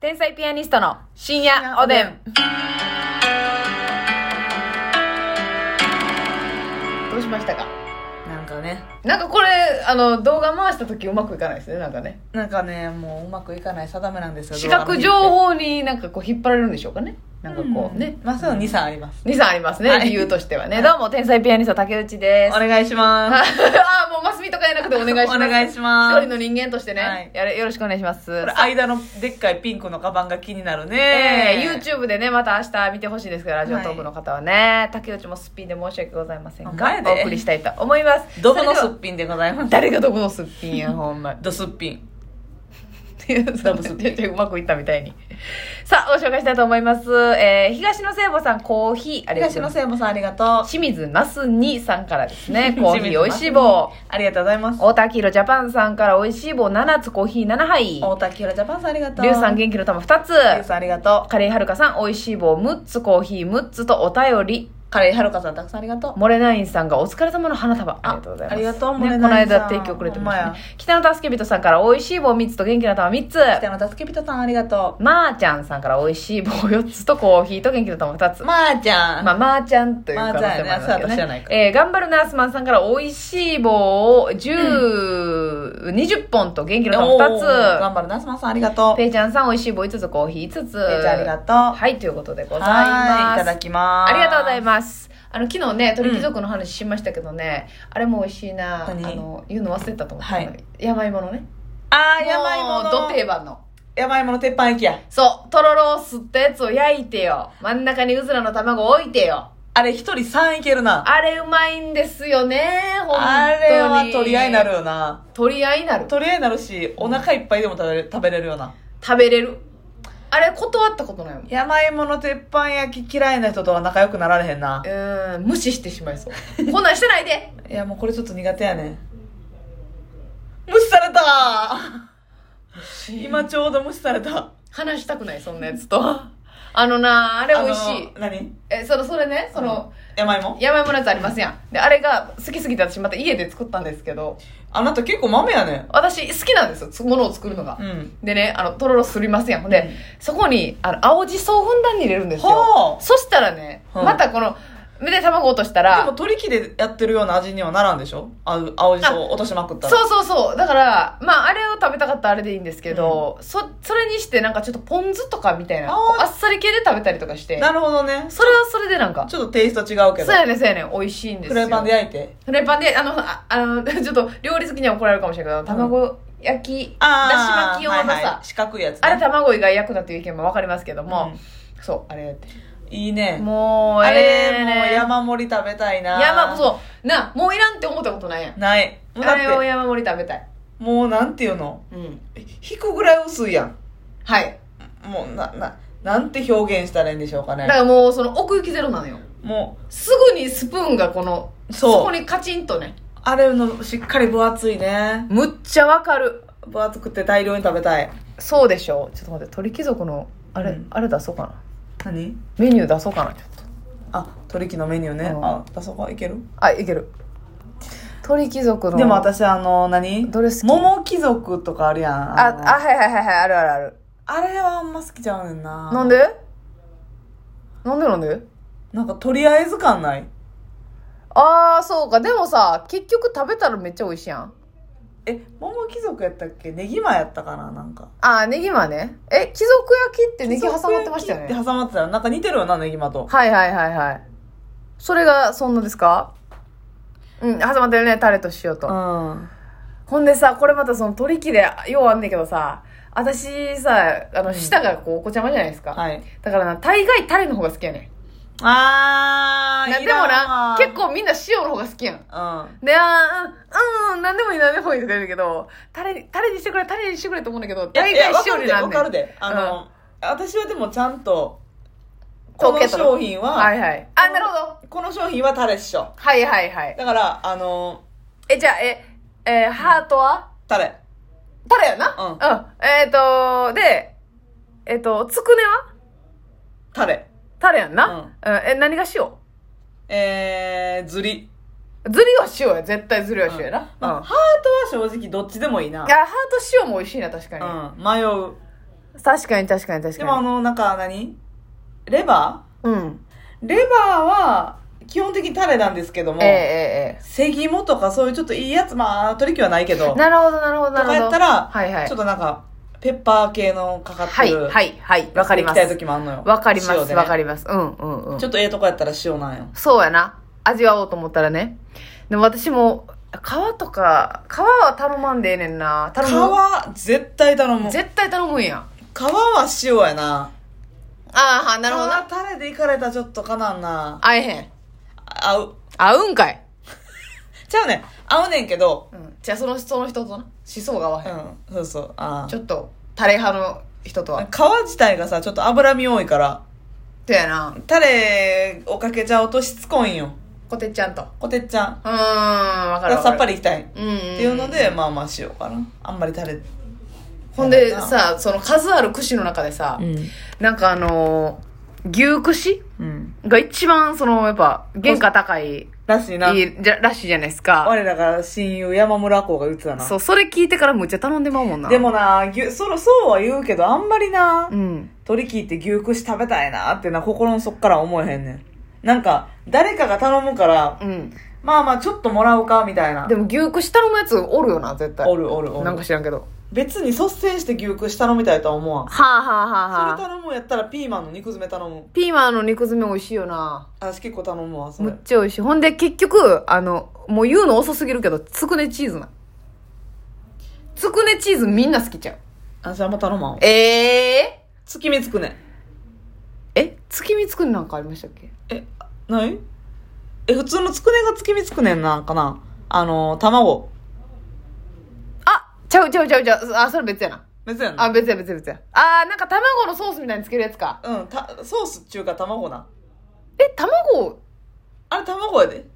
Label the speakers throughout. Speaker 1: 天才ピアニストの深夜おでん。
Speaker 2: どうしましたか
Speaker 1: なんかね、
Speaker 2: なんかこれあの動画回した時うまくいかないですねなんかね
Speaker 1: なんかね、もううまくいかない定めなんです よ。
Speaker 2: 視覚情報になんかこう引っ張られるんでしょうかねなんか
Speaker 1: 動画
Speaker 2: こ
Speaker 1: 見てて
Speaker 2: うね、
Speaker 1: まあそう2、3あります。
Speaker 2: 二三ありますね、
Speaker 1: はい
Speaker 2: 理由としてはね、
Speaker 1: ど
Speaker 2: ど
Speaker 1: うも、天才ピアニスト竹内です。
Speaker 2: お願いします ああもうマスミとかやなくてお願いします
Speaker 1: お願いします
Speaker 2: 一人の人間としてね、
Speaker 1: はい
Speaker 2: やれよろしくお願いします
Speaker 1: これ間のでっかいピンクのカバンが気になるね
Speaker 2: え。ー、YouTube でねまた明日見てほしいですからラジオトークの方はね、竹内もすっぴんで申し訳ございません
Speaker 1: ほんまや
Speaker 2: が
Speaker 1: で
Speaker 2: お送りしたいと思います
Speaker 1: どこのす
Speaker 2: それ
Speaker 1: っ
Speaker 2: では
Speaker 1: ぴんでございます。
Speaker 2: 誰がどこのすっぴんやほんま
Speaker 1: どすっぴん。
Speaker 2: ダブスってうまくいったみたいに。さあ、ご紹介したいと思います。えー、東野聖母さん、コーヒー、ありがと
Speaker 1: 東
Speaker 2: うござい
Speaker 1: 野
Speaker 2: ます。
Speaker 1: 聖母さんありがとう。
Speaker 2: 清水なすにさんからです ね、コーヒーおいしい
Speaker 1: 棒
Speaker 2: 棒。
Speaker 1: ありがとうございます。
Speaker 2: 大田明宏ジャパンさんからおいしい棒7つ、コーヒー7杯。
Speaker 1: 大田キラジャパンさんありがとう。
Speaker 2: りゅうさん、元気の玉2
Speaker 1: リュウ
Speaker 2: つ。
Speaker 1: さんありがと
Speaker 2: カレイはるかさん、おいしい棒6つ、コーヒー6つとお便り。
Speaker 1: う。カレーはるかさんたくさんありがとう。
Speaker 2: モレナインさんがお疲れ様の花束。ありがとうございます。
Speaker 1: ありがとうモ
Speaker 2: ね、
Speaker 1: レ
Speaker 2: こ
Speaker 1: ナ
Speaker 2: の
Speaker 1: インさん
Speaker 2: 間提供くれてました
Speaker 1: ほんま
Speaker 2: ね
Speaker 1: や。
Speaker 2: 北野助人さんからおいしい棒3つと元気の玉3つ。
Speaker 1: 北野助人さんありがと
Speaker 2: まー、ちゃんさんから美味しい棒4つとコーヒーと元気の玉2つ。
Speaker 1: う。
Speaker 2: ま
Speaker 1: まー、ちゃん。
Speaker 2: あ、まー、ちゃんという可能性もありますけ
Speaker 1: まーちゃんやねそう
Speaker 2: ど
Speaker 1: 私じゃない
Speaker 2: ね。
Speaker 1: か
Speaker 2: えー、頑張るナースマンさんから美味しい棒を10、20本と元気の
Speaker 1: お
Speaker 2: 玉
Speaker 1: ー
Speaker 2: 2
Speaker 1: 頑張るなすまさんありがとう。
Speaker 2: つ。
Speaker 1: ペ
Speaker 2: ペイちゃんさん美味しい棒5つ、コーヒー5つ。
Speaker 1: イちゃんありがとう。は
Speaker 2: はい、ということでござい
Speaker 1: ーい。いた
Speaker 2: ま
Speaker 1: だ
Speaker 2: す。
Speaker 1: きます。
Speaker 2: ありがとうござい
Speaker 1: ま
Speaker 2: ます。あの、昨日ね、鳥貴族の話しましたけどね、あれも美味しいな、あ
Speaker 1: 何
Speaker 2: の、言うの忘れたと思った。
Speaker 1: はい
Speaker 2: あの山芋のね。
Speaker 1: す。あー、やばいも
Speaker 2: も
Speaker 1: の。
Speaker 2: うど定番の。
Speaker 1: やばいもの鉄板駅や。
Speaker 2: そう、とろろを吸ったやつを焼いてよ。真ん中にうずらの卵を置いてよ。
Speaker 1: あれ一人3いけるな。
Speaker 2: あれうまいんですよね、ほんとに。
Speaker 1: あれは取り合いになる。よな。
Speaker 2: 取り合いになる。
Speaker 1: 取り合いになるし、お腹いっぱいでも食べれる食べれるよな。
Speaker 2: 食べれる。あれ断ったことないもん。
Speaker 1: 山芋の鉄板焼き嫌いな人とは仲良くなられへんな
Speaker 2: う。ーん、無視してしまい そう。こんなんしてないで。
Speaker 1: いや、もうこれちょっと苦手やねん。無視された今ちょうど無視された。
Speaker 2: 話したくない、そんなやつと。あのなあれ美味しい
Speaker 1: あ。の。何
Speaker 2: え、その、それね、その、
Speaker 1: 山芋
Speaker 2: 山芋のやつありますやん。で、あれが好きすぎて私また家で作ったんですけど、
Speaker 1: あなた結構豆やねん。
Speaker 2: 私好きなんですよ、つものを作るのが。
Speaker 1: うん。
Speaker 2: でね、あの、とろろすりますやん。ほんで、
Speaker 1: うん
Speaker 2: そこに、あの、青じそをふんだんに入れるんです
Speaker 1: ほ
Speaker 2: よ。
Speaker 1: う
Speaker 2: そしたらね、
Speaker 1: うん
Speaker 2: またこの、目で卵落とした
Speaker 1: でも
Speaker 2: ら、
Speaker 1: 取り木でやってるような味にはならんでしょあの青じそを落としまくったら。
Speaker 2: そうそうそう。だから、まあ、あれを食べたかったらあれでいいんですけど、そ、それにしてなんかちょっとポン酢とかみたいな、
Speaker 1: あー
Speaker 2: こうあっさり系で食べたりとかして、
Speaker 1: なるほどね。
Speaker 2: それはそれでなんか、
Speaker 1: ちょっとテイスト違うけ
Speaker 2: そ
Speaker 1: ど
Speaker 2: う。やねんそうやねん美味しいんですよ。
Speaker 1: フライパンで焼いて。
Speaker 2: フライパンで、あの、ああの、 ちょっと料理好きには怒られるかもしれないけど、卵焼き、だし
Speaker 1: あー
Speaker 2: 巻き用のさ、
Speaker 1: はいはい四角いやつ、ね。
Speaker 2: あれ卵以外焼くなっていう意見もわかりますけども、
Speaker 1: う
Speaker 2: そう、あれやって。
Speaker 1: んいいね。
Speaker 2: もう、
Speaker 1: あ
Speaker 2: え
Speaker 1: れ、
Speaker 2: え
Speaker 1: も
Speaker 2: ね
Speaker 1: う山盛り食べたいな。
Speaker 2: 山、そう。な、もういらんって思ったことないやん。
Speaker 1: ない。もうだ
Speaker 2: あ
Speaker 1: っ
Speaker 2: れを
Speaker 1: て、
Speaker 2: 山盛り食べたい。
Speaker 1: もうなんていうの
Speaker 2: うん。
Speaker 1: 引くぐらい薄いやん。
Speaker 2: はい。
Speaker 1: もう、な、な、なんて表現したらいいんでしょうか
Speaker 2: だ
Speaker 1: ね
Speaker 2: か。らもう、その奥行きゼロなのよ。
Speaker 1: も
Speaker 2: すぐにスプーンがこの、
Speaker 1: う、
Speaker 2: そ
Speaker 1: そ
Speaker 2: こ
Speaker 1: う。
Speaker 2: にカチンとね。
Speaker 1: あれの、しっかり分厚いね。
Speaker 2: むっちゃわかる。
Speaker 1: 分厚くて大量に食べたい。
Speaker 2: そうでしょちょっと待って、鳥貴族の、あれ、
Speaker 1: うん
Speaker 2: あれ出そうかな。
Speaker 1: 何
Speaker 2: メニュー出そうかな、ちょっと。
Speaker 1: あ、取り木のメニューね。
Speaker 2: うん
Speaker 1: あ、出そうか、いける
Speaker 2: あ、いける。鳥貴族の。
Speaker 1: でも、私、あの、何
Speaker 2: どれ好き
Speaker 1: 桃貴族とかあるやん。
Speaker 2: あ、
Speaker 1: あ
Speaker 2: あ、
Speaker 1: の
Speaker 2: はいはいはいはい、あるあるある。
Speaker 1: あれはあんま好きちゃうねんな。
Speaker 2: なんでなんでなんで
Speaker 1: なんか、とりあえず感ない。
Speaker 2: ああ、そうか。でもさ、結局食べたらめっちゃ美味しいやん。
Speaker 1: え、桃貴族やったっけネギマやったかななんか。
Speaker 2: ああ、ネギマね。え、貴族焼きってネギ挟まってましたよ
Speaker 1: 貴族焼きっ
Speaker 2: ね。
Speaker 1: て挟まってたよ。なんか似てるよな、ネギマと。
Speaker 2: はいはいはいはい。それがそんなですかうん、挟まってるね、タレと塩と。
Speaker 1: ん。
Speaker 2: ほんでさ、これまたその取り木で、ようあんねんけどさ、私さ、あの、舌がこう、おこちゃまじゃないですか。
Speaker 1: はい。
Speaker 2: だからな、大概タレの方が好きやね
Speaker 1: あ
Speaker 2: ん。
Speaker 1: ー、
Speaker 2: ないで
Speaker 1: ら
Speaker 2: も
Speaker 1: んわ
Speaker 2: な、結。構みんな塩の方が好きやん。
Speaker 1: うん。
Speaker 2: で、あーうん、うん、なんでもいい、なんでもいいとか言うけど、タレ、タレにしてくれ、タレにしてくれと思うんだけど、
Speaker 1: いや
Speaker 2: 大
Speaker 1: いや、
Speaker 2: 概
Speaker 1: わか
Speaker 2: 塩
Speaker 1: る
Speaker 2: に
Speaker 1: で、
Speaker 2: なんねん。
Speaker 1: わかるで。あの、私はでもちゃんと、こ
Speaker 2: そう
Speaker 1: の
Speaker 2: けど
Speaker 1: 商品は、
Speaker 2: はいはい。あ、なるほど。
Speaker 1: この商品はタレっしょ。
Speaker 2: はいはいはい。
Speaker 1: だから、あの、
Speaker 2: え、じゃあ、え、えーハートは
Speaker 1: タレ。
Speaker 2: タレやな
Speaker 1: う
Speaker 2: う
Speaker 1: ん
Speaker 2: ん。えっ、とで、えっ、と、つくねは
Speaker 1: タレ。
Speaker 2: タレやんな。うん。え、何が塩
Speaker 1: えー、ずり。
Speaker 2: ずりは塩や。絶対ずりは塩やな。
Speaker 1: まあ
Speaker 2: うん。
Speaker 1: ハートは正直どっちでもいいな。
Speaker 2: いや、ハート塩も美味しいな、確かに。
Speaker 1: うん。迷う。
Speaker 2: 確かに確かに確かに。
Speaker 1: でもあの、なんか何レバ
Speaker 2: うん。
Speaker 1: ーレバーは、基本的にタレなんですけども、
Speaker 2: えええええ
Speaker 1: セギモとかそういうちょっといいやつ、まあ、取り気はないけど、
Speaker 2: え。なるほど、なるほど、
Speaker 1: と
Speaker 2: なるほ
Speaker 1: か
Speaker 2: ど。
Speaker 1: やったら、
Speaker 2: はいはい
Speaker 1: ちょっとなんか、ペッパー系のかかっ
Speaker 2: は
Speaker 1: て
Speaker 2: い、
Speaker 1: る、
Speaker 2: はい、はい。わかりま
Speaker 1: 行きたい
Speaker 2: す。
Speaker 1: 時もあんのよ。
Speaker 2: わかります、わか
Speaker 1: り
Speaker 2: ります。うん、うん、うん
Speaker 1: ちょ。っとええとこやったら塩なんよ。
Speaker 2: そうやな。味わおうと思ったらね。でも私も、皮とか、皮は頼まんでええねんな。
Speaker 1: 皮
Speaker 2: 頼む。
Speaker 1: 絶対頼む。皮
Speaker 2: 絶対頼むんやん。
Speaker 1: は塩やな。
Speaker 2: ああ、なるほどな。
Speaker 1: 皮はタレでいかれたらちょっとかなんな。
Speaker 2: 合えへん。
Speaker 1: 合う。
Speaker 2: 合うんかい。
Speaker 1: ちゃうねん。合うねんけど。
Speaker 2: うん。じゃあその、その人とな。思想が合わへん。
Speaker 1: うん。そうそう。あ
Speaker 2: ちょっと、タレ派の人と
Speaker 1: あ
Speaker 2: は。
Speaker 1: 皮自体がさ、ちょっと脂身多いから、
Speaker 2: そうやな。
Speaker 1: タレをかけちゃうとしつこいんよ。
Speaker 2: こてっちゃんと。う
Speaker 1: こてっちゃん。
Speaker 2: ーん、わか
Speaker 1: だ
Speaker 2: るわか
Speaker 1: からさ
Speaker 2: る。
Speaker 1: っぱりいきたい。っ
Speaker 2: うんうん。って
Speaker 1: いうので、まあまあ塩かな。あんまりタレ。
Speaker 2: ほんでさ、その数ある串の中でさ、
Speaker 1: ん。
Speaker 2: なんかあのー牛串
Speaker 1: うん。
Speaker 2: が一番その、やっぱ、原価高い、いい
Speaker 1: らしいな。
Speaker 2: じゃらしいじゃないですか。
Speaker 1: 我らが親友山村公が言ってたな。
Speaker 2: そう、それ聞いてからむっちゃ頼んでまうもんな。
Speaker 1: で、もな、牛、そろそうは言うけど、あんまりな、
Speaker 2: うん。
Speaker 1: 取り切って牛串食べたいなってな、心の底から思えへんねん。なんか、誰かが頼むから、
Speaker 2: うん。
Speaker 1: まあまあちょっともらおうか、みたいな
Speaker 2: で。も牛串頼むやつおるよな、絶対。
Speaker 1: おるおるお
Speaker 2: なん
Speaker 1: る
Speaker 2: か。知らんけど。
Speaker 1: 別に率先して牛串頼みたいとは思わん。
Speaker 2: はあはあはあ
Speaker 1: それ
Speaker 2: はあ。
Speaker 1: 頼むやったらピーマンの肉詰め頼む。
Speaker 2: ピーマンの肉詰め美味しいよな。
Speaker 1: 私結構頼むわ、そ
Speaker 2: む
Speaker 1: れ
Speaker 2: っ。ちゃ美味しい。ほんで、結局、あの、もう言うの遅すぎるけど、つくねチーズな。つくねチーズみんな好きちゃう。
Speaker 1: 私あんま頼まん。
Speaker 2: ええ
Speaker 1: 月見つくね。
Speaker 2: え月見つくねなんかありましたっけ
Speaker 1: え、あないえ、普通のつくねが月見つくねんなんかなあの、卵。
Speaker 2: あちゃうちゃうちゃうちゃう。あ、それ別やな。
Speaker 1: 別やんな。
Speaker 2: あ、別や別や別や。あー、なんか卵のソースみたいにつけるやつか。
Speaker 1: うん、た、ソースっちゅうか卵な。
Speaker 2: え、卵、
Speaker 1: あれ卵やで。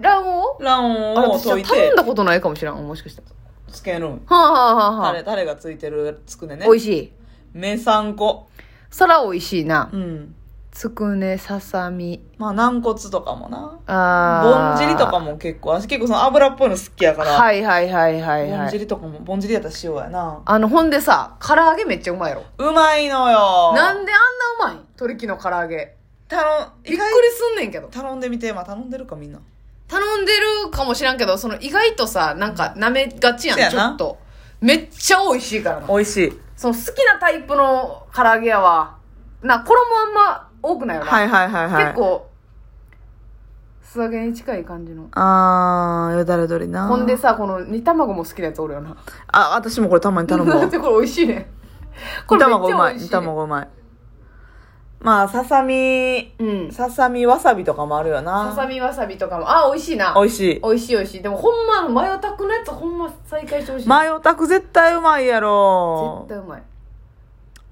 Speaker 2: 卵黄
Speaker 1: 卵
Speaker 2: あ
Speaker 1: 黄を
Speaker 2: 私
Speaker 1: 溶い
Speaker 2: 頼
Speaker 1: て
Speaker 2: ん、だことないかもしれん。もしかしたら。
Speaker 1: つけるん。
Speaker 2: はあはあはあ
Speaker 1: タ
Speaker 2: は
Speaker 1: レ、タレがついてるつくねね
Speaker 2: あ。。美味しい。
Speaker 1: めさんこ。
Speaker 2: そら美味しいな。
Speaker 1: うん。
Speaker 2: つくね、ささみ。
Speaker 1: まあ、軟骨とかもな。ぼ
Speaker 2: あー。
Speaker 1: んじりとかも結構、私結構その油っぽいの好きやから。
Speaker 2: はいはいはいはい
Speaker 1: ぼん
Speaker 2: は
Speaker 1: じ
Speaker 2: い。
Speaker 1: りとかも、ぼんじりやったら塩やな。
Speaker 2: あの、ほんでさ、唐揚げめっちゃうまいやろ。
Speaker 1: うまいのよ。
Speaker 2: なんであんなうまい鳥木の唐揚げ。
Speaker 1: 頼ん、
Speaker 2: び
Speaker 1: 意
Speaker 2: っくり
Speaker 1: 外
Speaker 2: すんねんけど。
Speaker 1: 頼んでみて、まあ頼んでるかみんな。
Speaker 2: 頼んでるかもしらんけど、その意外とさ、なんか舐めがちやん、
Speaker 1: せやな
Speaker 2: ちょっと。めっちゃ美味しいからな。
Speaker 1: 美味しい。
Speaker 2: その好きなタイプの唐揚げ屋は、な、衣あんま多くないよな。
Speaker 1: はいはいはいはい。
Speaker 2: 結。構、素揚げに近い感じの。
Speaker 1: あー、よだれどりな。
Speaker 2: ほんでさ、この煮卵も好きなやつおるよな。
Speaker 1: あ、私もこれたまに頼むわ
Speaker 2: だっ。て これ美味しいね。こ
Speaker 1: 煮
Speaker 2: れめっ
Speaker 1: 卵
Speaker 2: ち
Speaker 1: うま
Speaker 2: ゃ
Speaker 1: い。
Speaker 2: 美味しい
Speaker 1: 煮
Speaker 2: ね。
Speaker 1: 卵うまい。まあ、ささみ、
Speaker 2: うん。
Speaker 1: ささみわさびとかもあるよな。
Speaker 2: ささみわさびとかも。あ、美味しいな。
Speaker 1: 美味しい。
Speaker 2: 美味しい美味しい。でもほんま、あのマヨタクのやつほんま再開してほしい。
Speaker 1: マヨタク絶対うまいやろ
Speaker 2: 絶。対うまい。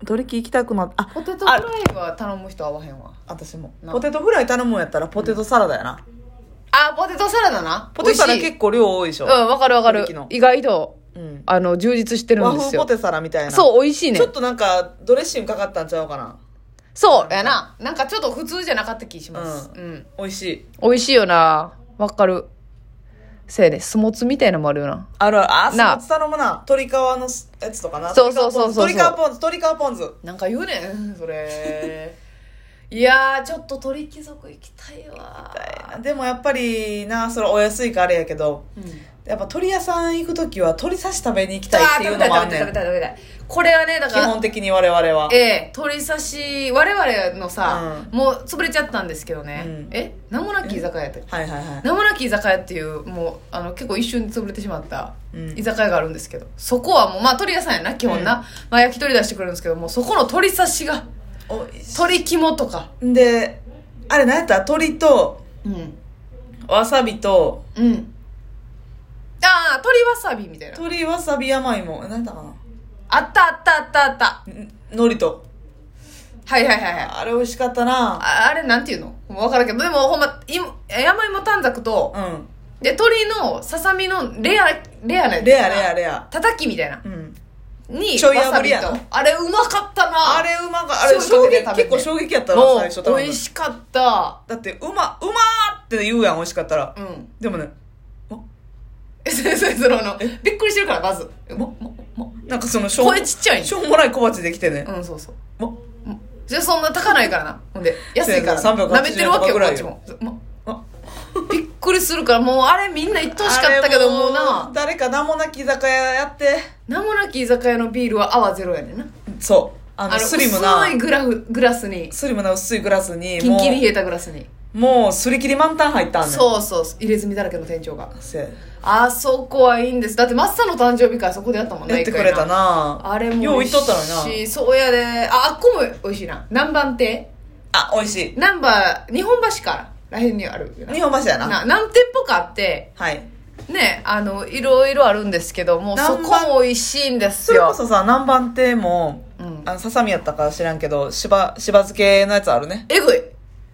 Speaker 1: 取り木行きたくなった。あ、
Speaker 2: ポテトフライは頼む人合わへんわ。
Speaker 1: 私も。
Speaker 2: な
Speaker 1: ポテトフライ頼むんやったらポテトサラダやな。
Speaker 2: あ、ポテトサラダな。
Speaker 1: ポテトサラ
Speaker 2: 美味し
Speaker 1: 結構量多いでし
Speaker 2: い
Speaker 1: ょ。
Speaker 2: うん、わかるわかる
Speaker 1: ポテキの。
Speaker 2: 意外と、
Speaker 1: うん。
Speaker 2: あの、充実してる
Speaker 1: 和
Speaker 2: んで
Speaker 1: 風
Speaker 2: す
Speaker 1: ポ
Speaker 2: よ。
Speaker 1: テサラみたいな。う。
Speaker 2: そう、美味しいね
Speaker 1: ちょ。っとなんか、ドレッシングかかったんちゃうかな。
Speaker 2: そう、やな。なんかちょっと普通じゃなかった気します。
Speaker 1: う
Speaker 2: うん。
Speaker 1: 美味しい。
Speaker 2: 美味しいよな。わかる。せやね、スモツみたいなのもあるよな。
Speaker 1: あるある。
Speaker 2: な
Speaker 1: あ、そう、頼むな。鶏皮のやつとかな。
Speaker 2: そうそうそうそう
Speaker 1: 鶏皮ポン酢、鶏皮ポン酢。
Speaker 2: なんか言うねん、それ。いやー、ちょっと鳥貴族行きたいわ
Speaker 1: でもやっぱりな、それお安いかあれやけど、
Speaker 2: うん。
Speaker 1: やっぱ鶏屋さん行くときは鶏刺し食べに行きたい
Speaker 2: あ
Speaker 1: っ
Speaker 2: ー
Speaker 1: てい
Speaker 2: 食べ
Speaker 1: う
Speaker 2: た
Speaker 1: の
Speaker 2: い
Speaker 1: もあ
Speaker 2: 食
Speaker 1: ん
Speaker 2: べたい
Speaker 1: ね
Speaker 2: 食べ
Speaker 1: ん。
Speaker 2: たい食べたい。これはね、だ
Speaker 1: 基
Speaker 2: から、
Speaker 1: 本的に我々は。
Speaker 2: ええ鳥刺し我々のさ、
Speaker 1: う
Speaker 2: もう潰れちゃったんですけどね、
Speaker 1: うん
Speaker 2: え名もなき居酒屋やったっけ
Speaker 1: はいはいはい。
Speaker 2: 名もなき居酒屋っていうもうあの結構一瞬で潰れてしまった
Speaker 1: うん
Speaker 2: 居酒屋があるんですけど、そこはもうまあ鳥屋さんやな基本な、まあ、焼き鳥出してくれるんですけどもうそこの鳥刺しが
Speaker 1: おいし
Speaker 2: 鳥肝とか
Speaker 1: いであれ何やった鶏と
Speaker 2: うん
Speaker 1: わさびと
Speaker 2: うんああ鳥わさびみたいな
Speaker 1: 鶏わさび甘いもん何やったか
Speaker 2: あったあったあったあった
Speaker 1: なうん海苔と
Speaker 2: はいはいはいはい
Speaker 1: あれ美味しかったな
Speaker 2: ああれなんていうの分からんけどでもほんまい山芋短冊と、
Speaker 1: う
Speaker 2: で、鶏のささみのレア、レアなや
Speaker 1: ん
Speaker 2: つ
Speaker 1: レアレアレア
Speaker 2: たたきみたいな。
Speaker 1: うん
Speaker 2: に、
Speaker 1: ちょい
Speaker 2: わさ
Speaker 1: 炙り
Speaker 2: び
Speaker 1: やな
Speaker 2: と。あれ、うまかったな。
Speaker 1: あれうまかあれ
Speaker 2: 衝
Speaker 1: 衝
Speaker 2: 撃で
Speaker 1: 撃
Speaker 2: 食べて
Speaker 1: 結構衝撃やったな
Speaker 2: も
Speaker 1: 最初多
Speaker 2: う、美
Speaker 1: 分
Speaker 2: 味しかった。
Speaker 1: だってうまうまーって言うやん美味しかったら
Speaker 2: うん。
Speaker 1: でもね
Speaker 2: え、それ、それ、その、あのびっくりしてるから、まず。もも
Speaker 1: なんかそのしょうも
Speaker 2: 声ちっちゃいね
Speaker 1: しょうもない小鉢できてね、
Speaker 2: うんそうそう
Speaker 1: ま
Speaker 2: それそんな高ないからなほんで安いから
Speaker 1: そうやな
Speaker 2: な
Speaker 1: 380
Speaker 2: めてるわけよ
Speaker 1: とかぐ
Speaker 2: こ
Speaker 1: ら
Speaker 2: っ
Speaker 1: い
Speaker 2: ち
Speaker 1: よ
Speaker 2: も、ま
Speaker 1: あ
Speaker 2: びっくりするからもうあれみんな愛おしかったけどもう
Speaker 1: あれ
Speaker 2: な
Speaker 1: 誰か名もなき居酒屋やって
Speaker 2: 名もなき居酒屋のビールは泡ゼロやねんな
Speaker 1: そうあの
Speaker 2: あの
Speaker 1: スリムな
Speaker 2: 薄いグラフグラスに
Speaker 1: スリムな薄いグラスに
Speaker 2: キンキンに冷えたグラスに
Speaker 1: もうもうすり切り満タン入ったんねん
Speaker 2: そうそう入れ墨だらけの店長が
Speaker 1: せ
Speaker 2: あそこはいいんですだってマッサの誕生日会そこでやったもんね
Speaker 1: やってくれたな
Speaker 2: あれも
Speaker 1: よう
Speaker 2: 美
Speaker 1: 言
Speaker 2: 味
Speaker 1: っ
Speaker 2: し
Speaker 1: とったのに
Speaker 2: し
Speaker 1: な
Speaker 2: そうやでああっこも美味しいな南蛮亭
Speaker 1: あ美味しい
Speaker 2: 南蛮日本橋かららへんにあるよな
Speaker 1: 日本橋やな
Speaker 2: な何店舗かあって
Speaker 1: はい
Speaker 2: ねあのいろいろあるんですけどもそ
Speaker 1: 南
Speaker 2: こ
Speaker 1: 蛮
Speaker 2: も美味しいんです
Speaker 1: それ
Speaker 2: よ
Speaker 1: こそさ南蛮亭も
Speaker 2: うん
Speaker 1: あのささみやったか知らんけどしばしば漬けのやつあるね
Speaker 2: えぐい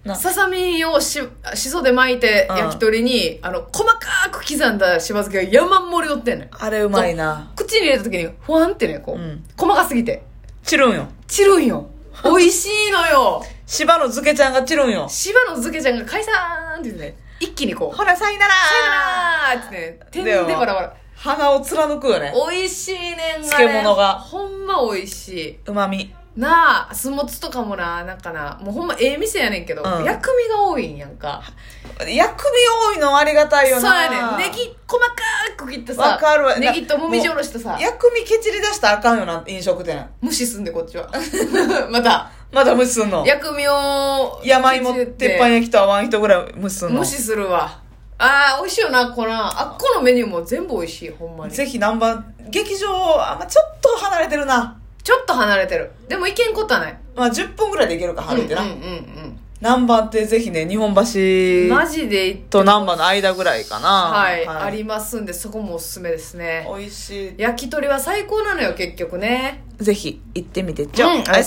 Speaker 1: な
Speaker 2: ささみをししそで巻いて
Speaker 1: うん
Speaker 2: 焼き鳥に、あの細かく刻んだしば漬けが山盛りおってんねん
Speaker 1: あれうまいな
Speaker 2: 口に入れた時にふわんってねこう、
Speaker 1: うん
Speaker 2: 細かすぎて
Speaker 1: チるんよ
Speaker 2: 散るんよ美味しいのよ
Speaker 1: しばの漬けちゃんがチるんよ
Speaker 2: 芝野漬けちゃんが解散って言ってね一気にこう
Speaker 1: ほらさいなら
Speaker 2: 「さよなら!」ってね天然でバラバラ
Speaker 1: 鼻を貫くよね
Speaker 2: 美味しいねんが、ね、
Speaker 1: 漬物が
Speaker 2: ほんま美味しいう
Speaker 1: まみ
Speaker 2: なあ酢もつとかもななんかなもうほんまええ店やねんけど、
Speaker 1: うん
Speaker 2: 薬味が多いんやんか
Speaker 1: 薬味多いのありがたい
Speaker 2: そ
Speaker 1: よ
Speaker 2: う
Speaker 1: な
Speaker 2: やねんネギ細かく切ってさ
Speaker 1: わかるわ
Speaker 2: ネギともみじおろしとさ
Speaker 1: 薬味けちり出したらあかんよな飲食店
Speaker 2: 無視すんでこっちは また
Speaker 1: まだ無視すんの
Speaker 2: 薬味を
Speaker 1: 山芋
Speaker 2: 口に入れ
Speaker 1: 鉄板焼きと合わん人ぐらい無視すんの
Speaker 2: 無視するわあー美味しいよなこなあっこのメニューも全部美味しいほんまに
Speaker 1: ぜひ南蛮劇場あまあちょっと離れてるな
Speaker 2: ちょっと離れてるでも行けんことはない
Speaker 1: まあ10分ぐらいで行けるか歩いてな、
Speaker 2: うんうんうん
Speaker 1: 南蛮ってぜひね日
Speaker 2: う
Speaker 1: 本
Speaker 2: んマ
Speaker 1: 橋
Speaker 2: ジで行っ
Speaker 1: と南蛮の間ぐらいかな
Speaker 2: はい、ありますんでそこもおすすめですね
Speaker 1: 美味しい
Speaker 2: 焼き鳥は最高なのよ結局ね
Speaker 1: ぜひ行ってみてちょ、
Speaker 2: うん
Speaker 1: あれ